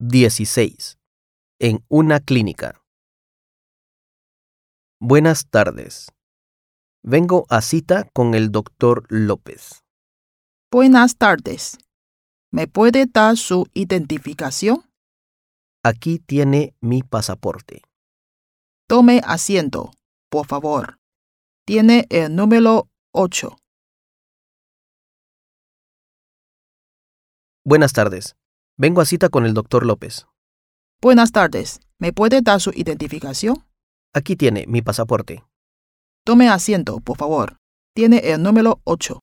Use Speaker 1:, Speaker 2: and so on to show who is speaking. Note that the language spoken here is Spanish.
Speaker 1: 16. En una clínica. Buenas tardes. Vengo a cita con el doctor López.
Speaker 2: Buenas tardes. ¿Me puede dar su identificación?
Speaker 1: Aquí tiene mi pasaporte.
Speaker 2: Tome asiento, por favor. Tiene el número 8.
Speaker 1: Buenas tardes. Vengo a cita con el doctor López.
Speaker 2: Buenas tardes. ¿Me puede dar su identificación?
Speaker 1: Aquí tiene mi pasaporte.
Speaker 2: Tome asiento, por favor. Tiene el número 8.